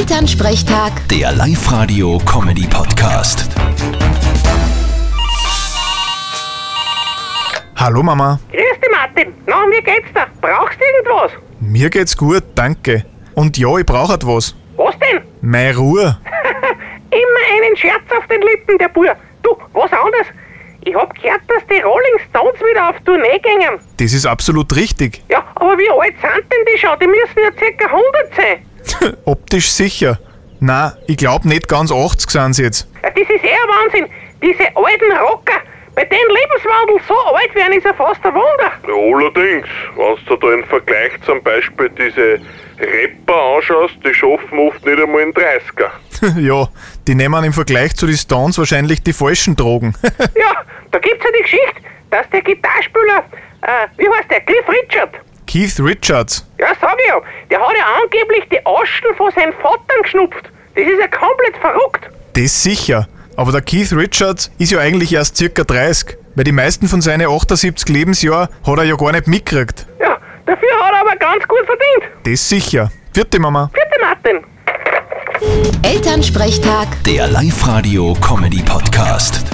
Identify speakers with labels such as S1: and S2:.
S1: Elternsprechtag,
S2: Der Live-Radio-Comedy-Podcast.
S3: Hallo Mama,
S4: Grüß dich, Martin. Na, wie geht's dir? Brauchst du irgendwas?
S3: mir geht's gut, danke. Und ja, ich brauche etwas.
S4: Was denn?
S3: Meine Ruhe.
S4: Immer einen Scherz auf den Lippen, der Bur. Du, was anderes? Ich hab gehört, dass die Rolling Stones wieder auf Tournee gingen.
S3: Das ist absolut richtig.
S4: Ja, aber wie alt sind denn die schon? Die müssen ja circa 100 sein.
S3: Optisch sicher. Na, ich glaube nicht ganz 80 sind sie jetzt.
S4: Ja, Das ist eher Wahnsinn. Diese alten Rocker. Bei dem Lebenswandel so alt werden, ist ja fast ein Wunder.
S5: Ja, allerdings, wenn du da im Vergleich zum Beispiel diese Rapper anschaust, die schaffen oft nicht einmal in 30er.
S3: ja, die nehmen im Vergleich zu den Stones wahrscheinlich die falschen Drogen.
S4: Ja, da gibt's ja die Geschichte, dass der Gitarrspieler, äh, wie heißt der, Cliff Richard,
S3: Keith Richards.
S4: Ja, sag ich ja. Der hat ja angeblich die Aschen von seinem Vater geschnupft. Das ist ja komplett verrückt.
S3: Das sicher. Aber der Keith Richards ist ja eigentlich erst circa 30. Weil die meisten von seinen 78 Lebensjahren hat er ja gar nicht mitgekriegt.
S4: Ja, dafür hat er aber ganz gut verdient.
S3: Das sicher. Vierte Mama.
S4: Vierte Martin.
S1: Elternsprechtag.
S2: Der Live-Radio-Comedy-Podcast.